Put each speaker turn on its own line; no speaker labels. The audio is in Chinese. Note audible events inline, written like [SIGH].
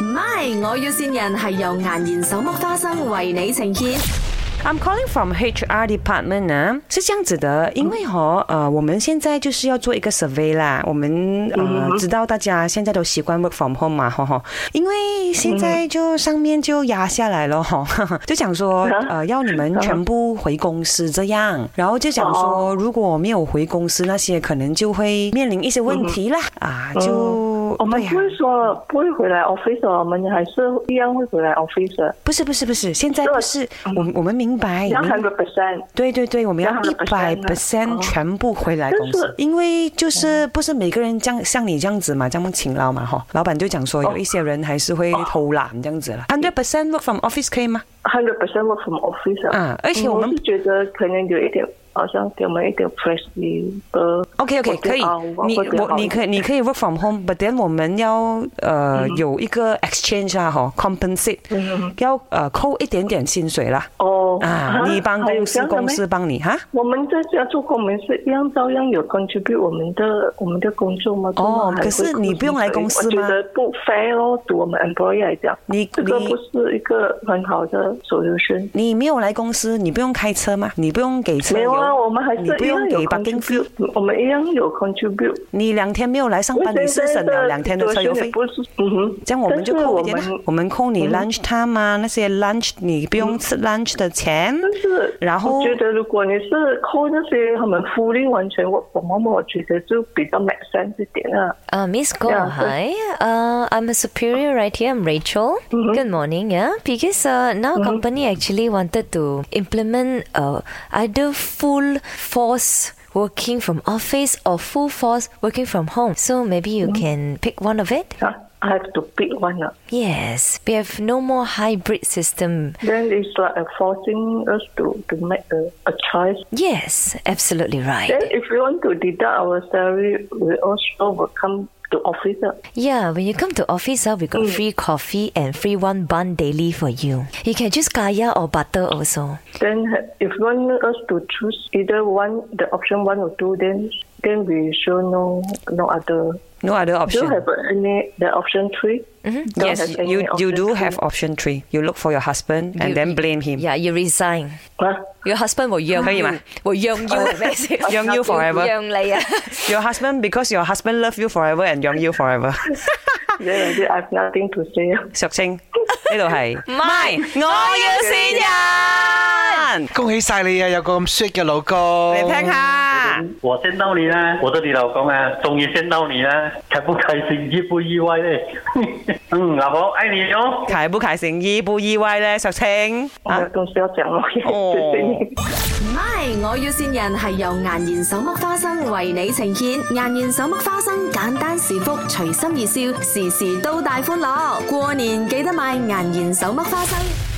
MY，我要線人係由顏然手剝花生為你呈現。
I'm calling from HR department 啊，是这样子的，因
嗯
为哈呃，我们现在就是要做一个 survey 啦，我们
嗯
呃知道大家现在都习惯 work from home 嘛，哈哈，因为现在就上面就压下来了哈， [LAUGHS] 就讲
嗯
说呃要你们全部回公司这样，然后就讲
哦
说如果没有回公司那些可能就会面临一些问题啦，啊就
嗯哦我们
对呀啊
不。会说不会回来 office，的我们还是一样会回来 office 的。
不是不是不是，现在不是，我们我们明白，
要
明
hundred percent，
对对对，我们要一百
100%
percent
哦
全部回来公
但
司
是，嗯
因为就是不是每个人像像你这样子嘛，这样勤劳嘛哈。老板就讲
哦
说有一些人还是会偷懒这样子了。Hundred percent work from office 可以吗？
hundred percent work from office 的
啊而且我们
是觉得可能有一点，好像给我们一点 flexible。
OK OK，
我觉得
可以
啊，
你
我觉得
我你可以你可以 work from home，but then 我们要呃
嗯
有一个 exchange 啊哈，compensate，要呃扣一点点薪水啦
哦
啊，你帮公司公。
还有这样的咩
司帮你哈。
我们在家做工，我们是一样照样有 contribute 我们的我们的工作吗？做吗
哦可是你不用来公司吗
我觉得不 fair 咯，对我们 employee 来讲，
你
这个
你
不是一个很好的 solution。
你没有来公司，你不用开车吗？你不用给车
没有
油？
啊，我们还是
你不
一
用
样
给
有
parking fee
contribute，。我们一样有 contribute。
你两天没有来上班，你是省了两天的车油费。
不是，嗯哼，
这样我们就
但是
扣
我
一点啦
们，嗯
我们扣你 lunch time 啊，那些 lunch 你不用吃 lunch 的钱。
但是，
然后
我觉得如果你是扣那些他们福利完全我我们我觉得就比较 make sense 一点啊。
Uh, Miss Go,
Yeah, so-
hi. Uh, I'm a superior right here. I'm Rachel. Good morning. Yeah, because uh, now company actually wanted to implement uh, either full force working from office or full force working from home. So maybe you can pick one of it.
啊，I have to pick one 啊
Yes, we have no more hybrid system.
Then it's like forcing us to to make a a choice.
Yes, absolutely right.
Then if we want to deduct our salary, we also will come to office. ah.
Yeah, when you come to office, ah, we got free coffee and free one bun daily for you. You can choose kaya or butter also.
Then if you want us to choose either one, the option one or two, then then we sure no no other.
No other
Do you
option. Mm-hmm.
have any the option three? Don't
Yes,
have any
you you
option
do
three.
have option three. You look for your husband and
You-
then blame him.
Yeah, you resign.
Huh?
Your husband will young
可以嗎？
you. Will young you. [LAUGHS]
養 Ờ. you forever.
養你啊。
Your husband because your husband love you forever and young you
[LAUGHS]
forever.
Then I say, I have nothing to say.
卓清，呢度係
My，
我要線人，
恭喜晒你啊！有個咁 sweet 嘅老公，
你聽下。
哦
我见到你啦，我的你老公啊，终于见到你啦，开不开心，意不意外嘞？ [LAUGHS] 嗯，老婆爱你哦。
开不开心，意不意外呢？卓清
我 [LAUGHS] 有东西要讲咯，谢
Oh.
谢你。
MY，我要線人係由顏然手剝花生為你呈現。顏然手剝花生，簡單是福，隨心而笑，時時都大歡樂。過年記得買顏然手剝花生。